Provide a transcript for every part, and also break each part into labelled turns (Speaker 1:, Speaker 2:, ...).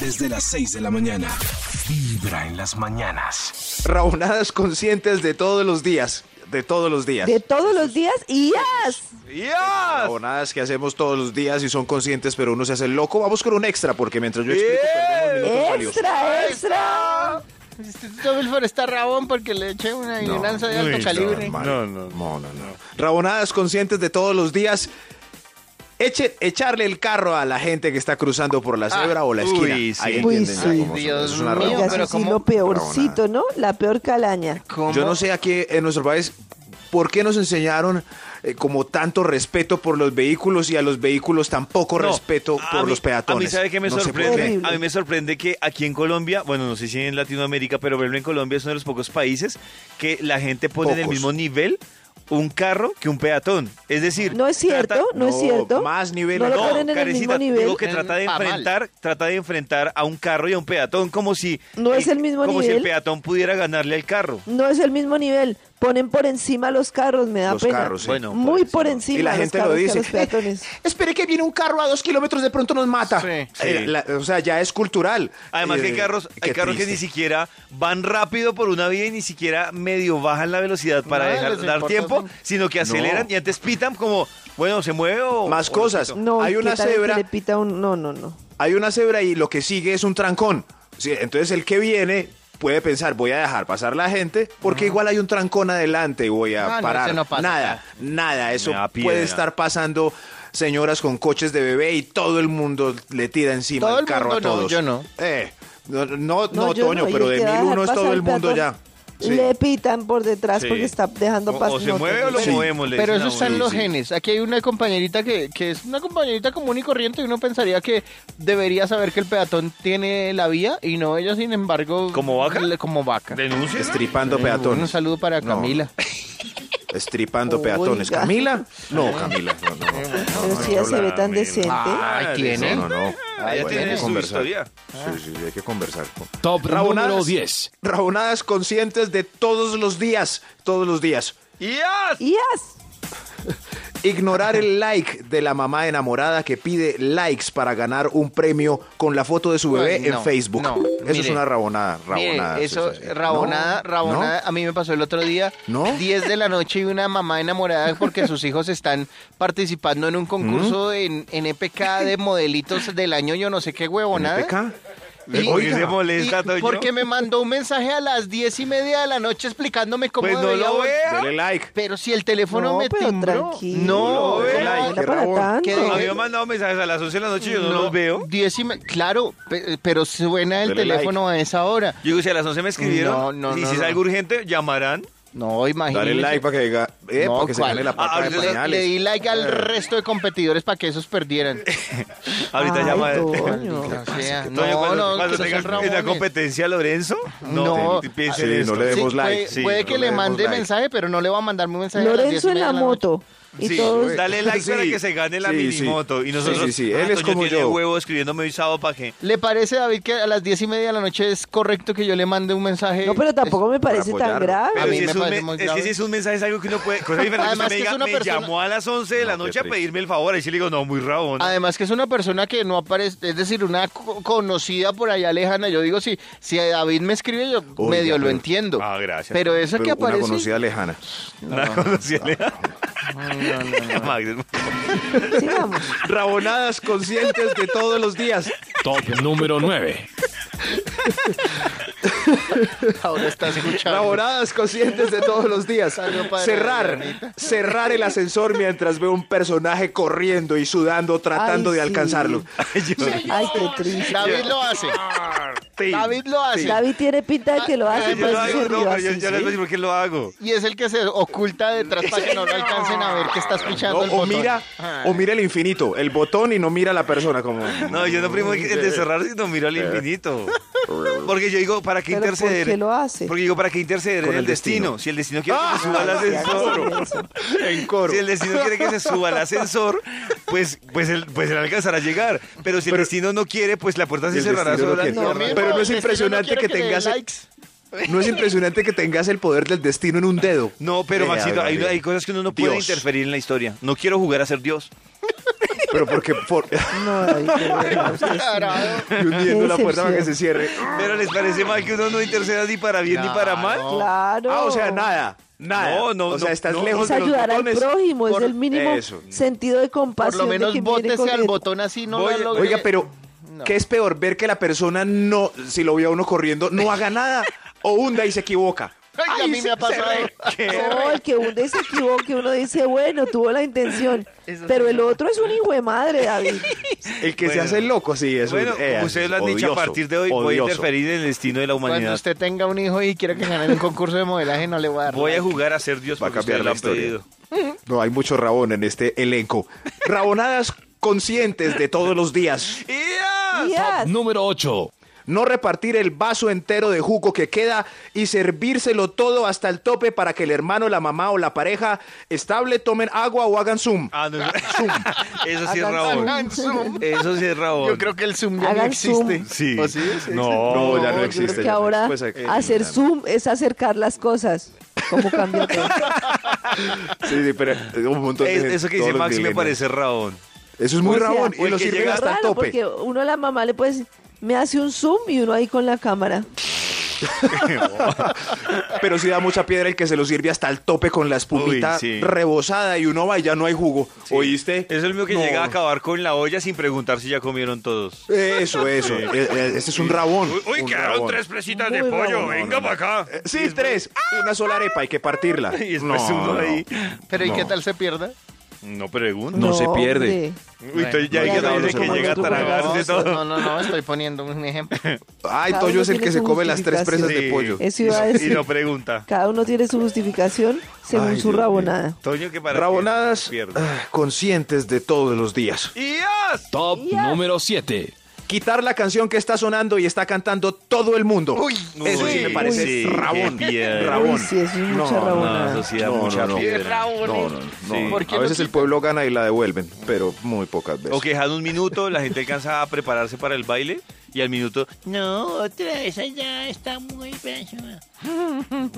Speaker 1: desde las 6 de la mañana. Vibra en las mañanas.
Speaker 2: Rabonadas conscientes de todos los días. De todos los días.
Speaker 3: De todos los días y yes.
Speaker 2: ¡Yes! Rabonadas que hacemos todos los días y son conscientes, pero uno se hace loco. Vamos con un extra, porque mientras yo explico,
Speaker 4: ¡Eh!
Speaker 2: perdemos minutos valiosos.
Speaker 3: Extra, extra.
Speaker 4: Instituto Milford Este está rabón porque le eché una adivinanza de alto calibre.
Speaker 2: No, no, no, no, no. Rabonadas conscientes de todos los días. Eche- echarle el carro a la gente que está cruzando por la cebra o la esquina.
Speaker 5: uy, sí.
Speaker 2: Ahí
Speaker 3: Uy,
Speaker 2: entienden ya
Speaker 3: sí.
Speaker 2: cómo son.
Speaker 4: Ah. Dios
Speaker 2: Es una
Speaker 4: mío,
Speaker 2: rabonada.
Speaker 3: Oiga,
Speaker 4: pero
Speaker 3: eso sí
Speaker 4: ¿cómo?
Speaker 3: lo peorcito, ¿no? La peor calaña.
Speaker 4: ¿Cómo?
Speaker 2: Yo no sé aquí en nuestro país por qué nos enseñaron eh, como tanto respeto por los vehículos y a los vehículos tan poco
Speaker 5: No,
Speaker 2: respeto
Speaker 5: a
Speaker 2: por
Speaker 5: mí-
Speaker 2: los peatones.
Speaker 5: A mí sabe que me
Speaker 2: No se
Speaker 5: sorprende.
Speaker 2: puede.
Speaker 3: Horrible.
Speaker 5: A mí me sorprende que aquí en Colombia, bueno, no sé si en Latinoamérica, pero por ejemplo en Colombia es uno de los pocos países que la gente pone en el
Speaker 2: Pocos.
Speaker 5: mismo nivel un carro que un peatón. Es decir,
Speaker 3: No es cierto,
Speaker 5: trata-
Speaker 3: no, es
Speaker 2: no,
Speaker 3: cierto.
Speaker 2: más nivel,
Speaker 3: No lo
Speaker 2: no,
Speaker 3: ponen en el
Speaker 5: Karencita,
Speaker 3: mismo nivel.
Speaker 5: digo que trata de
Speaker 4: Pa' mal.
Speaker 5: enfrentar, trata de enfrentar a un carro y a un peatón como si
Speaker 3: No es el mismo
Speaker 5: como si el
Speaker 3: nivel.
Speaker 5: peatón pudiera ganarle al carro.
Speaker 3: No es el mismo nivel. Ponen por encima los carros, me da
Speaker 2: Los
Speaker 3: pena.
Speaker 2: carros, sí.
Speaker 5: Bueno,
Speaker 3: Muy
Speaker 5: por
Speaker 3: por
Speaker 5: encima.
Speaker 3: encima.
Speaker 2: Y la
Speaker 3: los
Speaker 2: gente lo
Speaker 3: carros que a
Speaker 2: dice.
Speaker 3: los peatones.
Speaker 2: Espere que viene un carro a dos kilómetros, de pronto nos mata.
Speaker 4: Sí.
Speaker 2: Eh,
Speaker 5: Sí.
Speaker 2: la- o sea, ya es cultural.
Speaker 5: Además que hay
Speaker 2: Eh,
Speaker 5: carros, hay
Speaker 2: qué
Speaker 5: carros que
Speaker 2: triste.
Speaker 5: ni siquiera van rápido por una vía y ni siquiera medio bajan la velocidad para
Speaker 4: Nada
Speaker 5: dejar
Speaker 4: les
Speaker 5: dar
Speaker 4: importa,
Speaker 5: tiempo,
Speaker 4: sí.
Speaker 5: sino que aceleran
Speaker 2: No.
Speaker 5: y antes pitan como, bueno, se mueve o...
Speaker 2: Más
Speaker 5: o
Speaker 2: cosas.
Speaker 5: no pito.
Speaker 3: No,
Speaker 2: Hay
Speaker 3: ¿qué
Speaker 2: una
Speaker 3: tal el que
Speaker 2: cebra.
Speaker 3: le pita un- No, no, no.
Speaker 2: Hay una cebra y lo que sigue es un trancón. Sí, entonces el que viene puede pensar, voy a dejar pasar la gente, porque igual hay un trancón adelante y voy
Speaker 4: Ah,
Speaker 2: a
Speaker 4: no,
Speaker 2: parar.
Speaker 4: ese no pasa.
Speaker 2: nada, nada, eso
Speaker 5: Me da
Speaker 2: puede
Speaker 5: piedra.
Speaker 2: estar pasando señoras con coches de bebé y todo el mundo le tira encima
Speaker 4: Todo
Speaker 2: el
Speaker 4: el
Speaker 2: carro
Speaker 4: mundo
Speaker 2: a
Speaker 4: no,
Speaker 2: todos.
Speaker 4: yo no.
Speaker 2: Eh, no, no, no,
Speaker 3: yo
Speaker 2: Toño,
Speaker 3: y
Speaker 2: pero
Speaker 3: el
Speaker 2: de
Speaker 3: que va a
Speaker 2: mil
Speaker 3: dejar
Speaker 2: uno es
Speaker 3: pasar
Speaker 2: todo el mundo ya.
Speaker 3: peatón,
Speaker 2: Sí.
Speaker 3: Le pitan por detrás
Speaker 5: Sí.
Speaker 3: porque está dejando
Speaker 5: O-
Speaker 3: pasar.
Speaker 5: o se mueve o lo
Speaker 2: Sí.
Speaker 5: movemos. le
Speaker 4: Pero
Speaker 5: dicen
Speaker 4: eso
Speaker 5: a
Speaker 4: está en
Speaker 5: uno.
Speaker 4: los
Speaker 5: Sí.
Speaker 4: genes. Aquí hay una compañerita que, que es una compañerita común y corriente y uno pensaría que debería saber que el peatón tiene la vía y no ella, sin embargo...
Speaker 5: ¿Como vaca?
Speaker 4: le- Como vaca. Eh,
Speaker 5: Denuncia.
Speaker 2: Estripando
Speaker 4: Un
Speaker 2: peatones.
Speaker 4: saludo para
Speaker 2: No.
Speaker 4: Camila.
Speaker 2: Estripando peatones.
Speaker 3: Oiga.
Speaker 2: ¿Camila? No,
Speaker 4: Eh.
Speaker 2: Camila. no, no, no.
Speaker 3: Pero si ya se ve tan decente.
Speaker 2: Ah.
Speaker 4: Ay, tiene. Ah,
Speaker 2: No, no, no.
Speaker 5: Ahí
Speaker 2: Bueno,
Speaker 5: tiene
Speaker 2: hay que
Speaker 5: su
Speaker 2: conversar.
Speaker 5: historia.
Speaker 2: Sí, sí, sí, hay que conversar.
Speaker 1: Top
Speaker 2: Rabonadas.
Speaker 1: número 10.
Speaker 2: Rabonadas conscientes de todos los días, todos los días.
Speaker 5: ¡Yas!
Speaker 3: ¡Yes!
Speaker 2: Ignorar el like de la mamá enamorada que pide likes para ganar un premio con la foto de su bebé
Speaker 4: Ay, no,
Speaker 2: en Facebook.
Speaker 4: no,
Speaker 2: eso es
Speaker 4: mire.
Speaker 2: una rabonada, rabonada.
Speaker 4: Mire, eso,
Speaker 2: es así.
Speaker 4: rabonada,
Speaker 2: No,
Speaker 4: rabonada. A mí me pasó el otro día,
Speaker 2: ¿No?
Speaker 4: 10 de la noche y una mamá enamorada porque sus hijos están participando en un
Speaker 5: ¿Mm?
Speaker 4: concurso en, en EPK de modelitos del año yo no sé qué
Speaker 2: ¿no?
Speaker 4: huevonada.
Speaker 5: E
Speaker 2: ¿NPK?
Speaker 4: Y-
Speaker 5: ¿Por qué
Speaker 4: Oiga.
Speaker 5: se molesta,
Speaker 4: Y-
Speaker 5: Toño?
Speaker 4: Porque me mandó un mensaje a las 10 y media de la noche explicándome cómo
Speaker 5: Pues no
Speaker 4: debía
Speaker 5: lo
Speaker 4: vol-
Speaker 5: vea.
Speaker 2: Dele like.
Speaker 4: Pero si el teléfono
Speaker 3: No,
Speaker 4: me
Speaker 3: pero
Speaker 4: timbró.
Speaker 3: tranquilo.
Speaker 4: No,
Speaker 5: No,
Speaker 4: vea.
Speaker 2: Dele like,
Speaker 3: Era
Speaker 2: qué
Speaker 3: para
Speaker 2: rabón.
Speaker 3: tanto.
Speaker 4: ¿Qué
Speaker 5: A mí me han mandado mensajes a las 11 de la noche y yo no,
Speaker 4: No,
Speaker 5: los veo.
Speaker 4: 10 y me- claro, pe- pero suena el
Speaker 2: Dele like.
Speaker 4: teléfono a esa hora.
Speaker 5: Yo digo, si a las 11 me escribieron,
Speaker 4: No, no,
Speaker 5: y
Speaker 4: no,
Speaker 5: si es
Speaker 4: no.
Speaker 5: algo urgente, llamarán.
Speaker 4: No, imagínate.
Speaker 2: Dale like para que, diga, eh,
Speaker 4: No,
Speaker 2: para que se
Speaker 4: ¿cuál?
Speaker 2: gane la
Speaker 5: Ah,
Speaker 2: pata de
Speaker 5: ahorita le-
Speaker 4: Le,
Speaker 2: pañales.
Speaker 4: le di like
Speaker 2: Eh.
Speaker 4: al resto de competidores para que esos perdieran.
Speaker 5: Ahorita
Speaker 3: Ay,
Speaker 5: llamarán.
Speaker 3: Toño.
Speaker 4: O sea,
Speaker 5: Toño,
Speaker 4: no,
Speaker 5: cuando,
Speaker 4: no,
Speaker 5: cuando
Speaker 4: que
Speaker 5: tenga
Speaker 4: son
Speaker 5: en la
Speaker 4: rabones.
Speaker 5: competencia Lorenzo,
Speaker 4: No. Ah,
Speaker 5: no, te- te piense
Speaker 2: Sí,
Speaker 5: en esto.
Speaker 2: no le demos
Speaker 4: Sí,
Speaker 2: like.
Speaker 4: puede,
Speaker 5: sí,
Speaker 4: puede
Speaker 2: no
Speaker 4: que
Speaker 2: le
Speaker 4: le
Speaker 2: demos
Speaker 4: mande
Speaker 2: like.
Speaker 4: mensaje, pero no le va a mandar un mensaje. a las diez y
Speaker 3: Lorenzo en
Speaker 4: media
Speaker 3: la
Speaker 4: de noche.
Speaker 3: moto. Y
Speaker 5: Sí,
Speaker 3: todos.
Speaker 5: dale like para
Speaker 2: Sí.
Speaker 5: que se gane la
Speaker 2: Sí,
Speaker 5: minimoto.
Speaker 2: sí.
Speaker 5: Y nosotros,
Speaker 2: Sí, sí, sí, él
Speaker 5: ah,
Speaker 2: es
Speaker 5: Toño
Speaker 2: como
Speaker 5: tiene
Speaker 2: yo.
Speaker 5: huevo escribiéndome hoy sábado para qué.
Speaker 4: ¿Le parece, David, que a las 10 y media de la noche es correcto que yo le mande un mensaje?
Speaker 3: No, pero tampoco me parece tan
Speaker 2: apoyarlo.
Speaker 3: grave.
Speaker 5: Pero
Speaker 4: mí
Speaker 5: si
Speaker 4: me
Speaker 5: es, un
Speaker 4: parece
Speaker 5: men-
Speaker 4: muy
Speaker 5: es que
Speaker 4: grave.
Speaker 5: si es un mensaje es algo que uno puede... Cosa diferente que
Speaker 4: Además
Speaker 5: usted me
Speaker 4: que
Speaker 5: diga,
Speaker 4: es una
Speaker 5: me
Speaker 4: persona-
Speaker 5: llamó a las 11 de la
Speaker 2: No, qué
Speaker 5: noche a
Speaker 2: triste.
Speaker 5: pedirme el favor. Ahí sí le digo, no, muy rabón.
Speaker 4: Además que es una persona que no aparece, es decir, una co- conocida por allá lejana. Yo digo, si, si David me escribe, yo
Speaker 2: Oiga,
Speaker 4: medio lo
Speaker 2: pero-
Speaker 4: entiendo.
Speaker 5: Ah, gracias.
Speaker 4: Pero esa
Speaker 2: Pero
Speaker 4: que
Speaker 2: una
Speaker 4: aparece...
Speaker 2: conocida lejana.
Speaker 5: Una conocida. Max,
Speaker 3: Sigamos.
Speaker 2: Rabonadas conscientes de todos los días.
Speaker 1: Top número 9.
Speaker 4: Ahora está escuchando.
Speaker 2: Laboradas conscientes de todos los días.
Speaker 4: Salió padre de
Speaker 2: Cerrar,
Speaker 4: Dianita.
Speaker 2: cerrar el ascensor mientras veo un personaje corriendo y sudando, tratando
Speaker 3: Ay,
Speaker 2: de
Speaker 3: sí.
Speaker 2: alcanzarlo.
Speaker 3: Ay, qué triste.
Speaker 4: David lo hace.
Speaker 2: Sí.
Speaker 4: David lo hace.
Speaker 3: David tiene pinta de que lo
Speaker 4: Ah,
Speaker 3: hace,
Speaker 4: yo
Speaker 5: yo
Speaker 3: pero
Speaker 5: lo
Speaker 4: no
Speaker 3: sí
Speaker 5: hago,
Speaker 3: se
Speaker 5: no,
Speaker 3: rió
Speaker 5: pero yo,
Speaker 3: así,
Speaker 5: yo les
Speaker 3: ¿sí?
Speaker 5: voy a decir por qué lo hago.
Speaker 4: Y es el que se oculta detrás para que no lo alcancen a ver que estás
Speaker 2: No,
Speaker 4: pichando el
Speaker 2: o
Speaker 4: botón.
Speaker 2: mira, o mira el infinito, el botón y no mira a la persona como.
Speaker 5: No, yo no primo el de cerrar, sino miro
Speaker 2: Eh,
Speaker 5: al infinito. Porque yo digo, ¿para qué
Speaker 3: Pero ¿por
Speaker 5: interceder?
Speaker 3: qué lo hace?
Speaker 5: Porque digo, ¿para qué interceder
Speaker 2: Con
Speaker 5: en el,
Speaker 2: el
Speaker 5: destino?
Speaker 2: destino. Ah,
Speaker 5: Si el destino quiere que se suba al
Speaker 3: Ay, sí,
Speaker 5: ascensor.
Speaker 3: hagan eso.
Speaker 2: En coro.
Speaker 5: Si el destino quiere que se suba al ascensor, pues, pues, él, pues él alcanzará a llegar. Pero si el destino no quiere, pues la puerta
Speaker 2: Y
Speaker 5: se
Speaker 2: el
Speaker 5: cerrará
Speaker 2: destino no
Speaker 5: sola.
Speaker 2: quiere.
Speaker 4: Lo
Speaker 2: No,
Speaker 4: mismo,
Speaker 2: Pero no es
Speaker 4: el destino
Speaker 2: impresionante
Speaker 4: quiere
Speaker 2: que
Speaker 4: le dé
Speaker 2: tengas-
Speaker 4: likes.
Speaker 2: No es impresionante que tengas el poder del destino en un dedo.
Speaker 5: No, pero
Speaker 2: Eh,
Speaker 5: Maxito,
Speaker 2: oiga,
Speaker 5: hay,
Speaker 2: sí.
Speaker 5: hay cosas que uno no puede
Speaker 2: Dios.
Speaker 5: interferir en la historia. No quiero jugar a ser Dios.
Speaker 2: Pero porque por...
Speaker 3: No, David, de verdad, usted sí.
Speaker 4: Tarado.
Speaker 2: y hundiendo la puerta para que se
Speaker 3: decepción.
Speaker 2: cierre.
Speaker 5: Pero les parece mal que uno no interceda ni para bien ni para mal.
Speaker 4: Claro.
Speaker 3: Claro.
Speaker 2: Ah, o sea, nada. Nada.
Speaker 5: No, no,
Speaker 2: o sea,
Speaker 5: no,
Speaker 2: estás
Speaker 5: no.
Speaker 2: lejos
Speaker 3: Es
Speaker 2: de los
Speaker 3: ayudar al
Speaker 2: botones.
Speaker 3: prójimo, es
Speaker 2: Por-
Speaker 3: el mínimo
Speaker 2: Eso.
Speaker 3: sentido de
Speaker 4: Por
Speaker 3: compasión.
Speaker 4: lo
Speaker 3: de
Speaker 4: menos
Speaker 3: quien viene
Speaker 4: bótese al
Speaker 3: corriendo.
Speaker 4: botón así, no
Speaker 5: Voy-
Speaker 4: la logré.
Speaker 2: Oiga, pero
Speaker 4: No.
Speaker 2: ¿qué es peor? Ver que la persona no, si lo vio a uno corriendo, no haga nada o hunda y se equivoca.
Speaker 4: Ay, a mí
Speaker 2: sí,
Speaker 4: me ha
Speaker 2: se
Speaker 4: pasado.
Speaker 2: re-
Speaker 3: No, el que hunde se equivoque, uno dice, bueno, tuvo la intención.
Speaker 4: Eso
Speaker 3: Pero
Speaker 4: sí.
Speaker 3: el otro es un hijo de madre, David.
Speaker 2: El que se
Speaker 5: Bueno.
Speaker 2: hace el loco, sí, es un-
Speaker 5: Bueno,
Speaker 2: eh,
Speaker 5: como ustedes lo han dicho,
Speaker 2: odioso,
Speaker 5: a partir de hoy voy a
Speaker 2: odioso.
Speaker 5: interferir en el destino de la
Speaker 4: Cuando
Speaker 5: humanidad.
Speaker 4: usted tenga un hijo y quiera que gane en un concurso de modelaje, no le voy a dar.
Speaker 5: Voy a
Speaker 4: like.
Speaker 5: jugar a ser Dios
Speaker 2: Va a
Speaker 5: porque
Speaker 2: cambiar
Speaker 5: ustedes
Speaker 2: la
Speaker 5: lo han
Speaker 2: historia.
Speaker 5: pedido.
Speaker 2: No, hay mucho rabón en este elenco. Rabonadas conscientes de todos los días.
Speaker 3: Díaz,
Speaker 1: Número 8.
Speaker 2: No repartir el vaso entero de jugo que queda y servírselo todo hasta el tope para que el hermano, la mamá o la pareja estable tomen agua o hagan zoom.
Speaker 5: Ah, no, eso sí es
Speaker 3: Hagan
Speaker 5: rabón.
Speaker 4: Hagan zoom.
Speaker 5: Eso sí es rabón.
Speaker 4: Yo creo que el Zoom ya no
Speaker 3: Hagan
Speaker 4: existe.
Speaker 3: zoom.
Speaker 5: Sí.
Speaker 4: ¿O sí? ¿Sí
Speaker 5: No,
Speaker 2: No, ya
Speaker 3: yo
Speaker 2: no
Speaker 3: creo
Speaker 2: existe.
Speaker 3: que
Speaker 2: ya no
Speaker 3: ahora
Speaker 2: existe. Pues, eh,
Speaker 3: hacer
Speaker 2: ya no.
Speaker 3: zoom es acercar las cosas. ¿Cómo cambia todo?
Speaker 2: Sí, sí, pero un montón de
Speaker 5: Es-
Speaker 2: gente,
Speaker 5: eso que
Speaker 2: todos
Speaker 5: dice
Speaker 2: los
Speaker 5: Max me
Speaker 2: millennials.
Speaker 5: parece rabón.
Speaker 2: Eso es muy
Speaker 3: O sea,
Speaker 2: rabón
Speaker 5: o
Speaker 2: y
Speaker 5: el
Speaker 2: lo
Speaker 5: que
Speaker 2: sirven
Speaker 5: llega
Speaker 2: hasta el
Speaker 3: pues Raro,
Speaker 2: tope.
Speaker 3: porque uno a la mamá le puede decir, me hace un zoom y uno ahí con la cámara.
Speaker 2: Pero sí da mucha piedra el que se lo sirve hasta el tope con la espumita
Speaker 5: Uy, sí.
Speaker 2: rebosada y uno va y ya no hay jugo. ¿Oíste?
Speaker 5: Es el mío que
Speaker 2: No.
Speaker 5: llega a acabar con la olla sin preguntar si ya comieron todos.
Speaker 2: Eso, eso. Eh, eh, Ese es un rabón. un rabón.
Speaker 5: presitas
Speaker 3: de Muy pollo, rabón.
Speaker 5: venga para acá.
Speaker 2: Eh, Sí, tres. Una sola arepa, hay que partirla.
Speaker 5: Y después uno ahí.
Speaker 4: Pero ¿y
Speaker 2: No.
Speaker 4: qué tal se pierda?
Speaker 5: No pregunto.
Speaker 2: No se pierde.
Speaker 3: hombre.
Speaker 5: Uy, entonces ya
Speaker 2: Bueno,
Speaker 5: hay
Speaker 2: ya
Speaker 5: que
Speaker 2: no
Speaker 5: dice
Speaker 2: se
Speaker 5: que
Speaker 2: puede.
Speaker 5: llega a
Speaker 3: No,
Speaker 5: tragarse
Speaker 4: no,
Speaker 5: todo.
Speaker 4: no, no, no, estoy poniendo un ejemplo.
Speaker 2: Ay,
Speaker 3: Cada
Speaker 2: Toyo
Speaker 3: uno
Speaker 2: es el que
Speaker 3: tiene
Speaker 2: se
Speaker 3: su
Speaker 2: come las tres presas
Speaker 3: justificación.
Speaker 2: de pollo.
Speaker 3: Eso iba a
Speaker 5: Y-
Speaker 3: decir.
Speaker 5: Y no pregunta.
Speaker 3: Cada uno tiene su justificación según
Speaker 2: Ay,
Speaker 3: su
Speaker 2: Dios mío.
Speaker 3: rabonada.
Speaker 5: Toño, que para
Speaker 2: Rabonadas
Speaker 5: que no pierda.
Speaker 2: ah, conscientes de todos los días.
Speaker 5: ¡Dios!
Speaker 1: Top
Speaker 3: Ya.
Speaker 1: número 7.
Speaker 2: Quitar la canción que está sonando y está cantando todo el mundo. eso sí
Speaker 5: Uy,
Speaker 2: me parece
Speaker 5: sí,
Speaker 2: rabón.
Speaker 5: qué piedra.
Speaker 2: Rabón.
Speaker 3: Uy, sí, eso es
Speaker 2: No,
Speaker 3: mucha
Speaker 2: no,
Speaker 3: rabonada.
Speaker 5: No, eso sí da
Speaker 2: No,
Speaker 5: mucha
Speaker 2: no, no.
Speaker 5: piedra.
Speaker 2: No, no, no.
Speaker 5: Sí.
Speaker 4: ¿Por qué
Speaker 2: A
Speaker 4: lo
Speaker 2: veces el
Speaker 4: quitan?
Speaker 2: pueblo gana y la devuelven, pero muy pocas veces.
Speaker 5: O que en un minuto, la gente alcanza a prepararse para el baile y al minuto.
Speaker 6: No, otra, esa ya está muy pesada.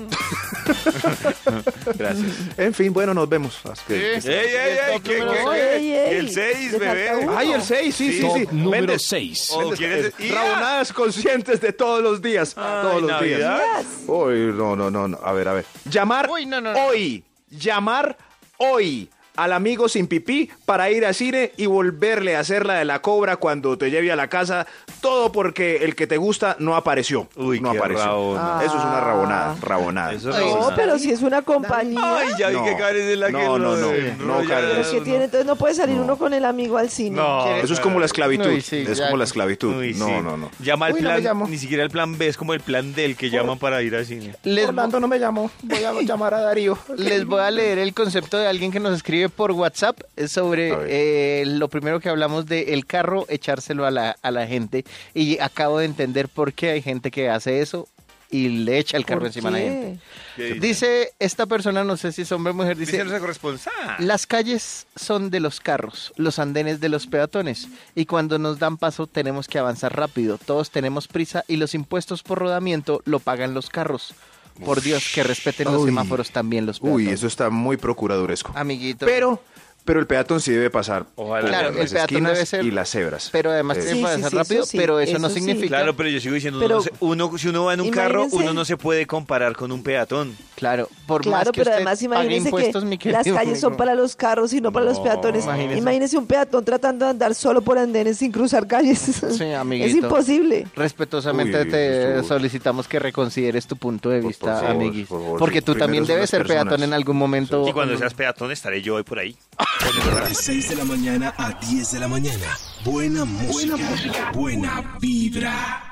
Speaker 5: Gracias.
Speaker 2: En fin, bueno, nos vemos. Haz que-
Speaker 4: Sí.
Speaker 5: ¡Ey, ey, ey! ¿Qué,
Speaker 4: Número
Speaker 5: qué,
Speaker 4: ocho.
Speaker 5: qué?
Speaker 3: Ey, ey,
Speaker 5: el 6,
Speaker 3: le falta
Speaker 5: bebé.
Speaker 3: uno.
Speaker 2: Ay, el 6, sí, sí,
Speaker 1: Top
Speaker 2: sí.
Speaker 1: número
Speaker 2: Méndez.
Speaker 1: 6.
Speaker 5: Oh,
Speaker 2: Méndez,
Speaker 5: ¿quieres-
Speaker 2: eh,
Speaker 5: ¡Ya!
Speaker 2: Rabonadas conscientes de todos los días.
Speaker 5: Ay,
Speaker 2: todos los
Speaker 5: Navidad.
Speaker 2: días.
Speaker 3: Díaz.
Speaker 2: Uy, no, no, no, no. A ver, a ver. Llamar
Speaker 4: Uy, no, no, no.
Speaker 2: hoy. Llamar hoy al amigo sin pipí para ir a cine y volverle a hacer la de la cobra cuando te lleve a la casa. Todo porque el que te gusta no apareció.
Speaker 5: Uy,
Speaker 2: no
Speaker 5: qué
Speaker 2: apareció.
Speaker 5: rabona.
Speaker 2: Eso es una rabonada. Rabonada.
Speaker 5: Eso es
Speaker 4: Ay,
Speaker 3: No,
Speaker 5: rabonada.
Speaker 3: pero si es una compañía.
Speaker 5: Ay, ya vi
Speaker 2: No.
Speaker 5: que Karen es la que
Speaker 2: No, no,
Speaker 5: lo-
Speaker 2: no.
Speaker 5: eh,
Speaker 2: No,
Speaker 5: enrolla
Speaker 2: Karen.
Speaker 3: Pero es que
Speaker 5: eso,
Speaker 3: tiene, entonces no puede salir uno con el amigo al cine.
Speaker 5: No.
Speaker 2: Ah, Eso es como la esclavitud.
Speaker 4: Uy, sí,
Speaker 2: es
Speaker 4: ya.
Speaker 2: como la esclavitud.
Speaker 5: Uy,
Speaker 2: no,
Speaker 5: sí.
Speaker 2: no, no.
Speaker 5: Llama al
Speaker 4: Uy, no me
Speaker 5: plan,
Speaker 4: llamó.
Speaker 5: ni siquiera el plan B, es como el plan del que llaman
Speaker 3: Oh.
Speaker 5: para ir al cine.
Speaker 4: Les,
Speaker 2: no me llamó. Voy a llamar a Darío.
Speaker 4: les voy a leer el concepto de alguien que nos escribe por WhatsApp eh, sobre
Speaker 2: A ver.
Speaker 4: eh, lo primero que hablamos de el carro echárselo a la, a la gente. Y acabo de entender por qué hay gente que hace eso y le echa el carro
Speaker 3: ¿Por
Speaker 4: encima a la
Speaker 3: qué?
Speaker 4: gente.
Speaker 5: ¿Qué dice?
Speaker 4: Dice esta persona, no sé si es hombre o mujer,
Speaker 5: Dice
Speaker 4: dice...
Speaker 5: nuestra corresponsal.
Speaker 4: Las calles son de los carros, los andenes de los peatones, y cuando nos dan paso tenemos que avanzar rápido, todos tenemos prisa y los impuestos por rodamiento lo pagan los carros. Por Dios, que respeten los
Speaker 2: Uy.
Speaker 4: semáforos también los peatones.
Speaker 2: Uy, eso está muy procuraduresco.
Speaker 4: Amiguito.
Speaker 2: Pero, pero el peatón sí debe pasar.
Speaker 5: Ojalá.
Speaker 2: por
Speaker 5: Claro,
Speaker 2: las
Speaker 5: el
Speaker 4: peatón
Speaker 2: esquinas
Speaker 4: debe ser-
Speaker 2: Y las cebras.
Speaker 4: Pero además
Speaker 2: Eh,
Speaker 4: tiene
Speaker 3: Sí,
Speaker 4: que
Speaker 3: sí,
Speaker 4: pasar
Speaker 3: sí,
Speaker 4: rápido,
Speaker 3: eso sí,
Speaker 4: pero eso, no
Speaker 3: eso sí.
Speaker 4: significa...
Speaker 5: Claro, pero yo sigo diciendo,
Speaker 3: Pero-
Speaker 5: uno, se- uno- si uno va en un carro,
Speaker 3: Imagínense-
Speaker 5: uno no se puede comparar con un peatón.
Speaker 4: Claro, por más
Speaker 3: Claro,
Speaker 4: que
Speaker 3: pero
Speaker 4: usted
Speaker 3: además
Speaker 4: pague
Speaker 3: imagínense
Speaker 4: impuestos, mi
Speaker 3: que
Speaker 4: querido
Speaker 3: las calles son
Speaker 4: amigo.
Speaker 3: para los carros y no para los
Speaker 5: No,
Speaker 3: peatones.
Speaker 4: imagínese.
Speaker 3: Imagínese un peatón tratando de andar solo por andenes sin cruzar calles.
Speaker 4: Sí, amiguito.
Speaker 3: es imposible.
Speaker 4: Respetuosamente
Speaker 2: Uy,
Speaker 4: te
Speaker 2: eso-
Speaker 4: solicitamos que reconsideres tu punto de
Speaker 2: Por-
Speaker 4: vista,
Speaker 2: por favor,
Speaker 4: amiguis.
Speaker 2: por favor,
Speaker 4: porque
Speaker 2: sí.
Speaker 4: tú
Speaker 2: Primero
Speaker 4: también
Speaker 2: son
Speaker 4: debes
Speaker 2: las
Speaker 4: ser peatón
Speaker 2: personas.
Speaker 4: en algún momento.
Speaker 5: Y cuando seas peatón, estaré yo hoy por ahí.
Speaker 1: De 6 de la mañana a 10 de la mañana. Buena música. Buena vibra.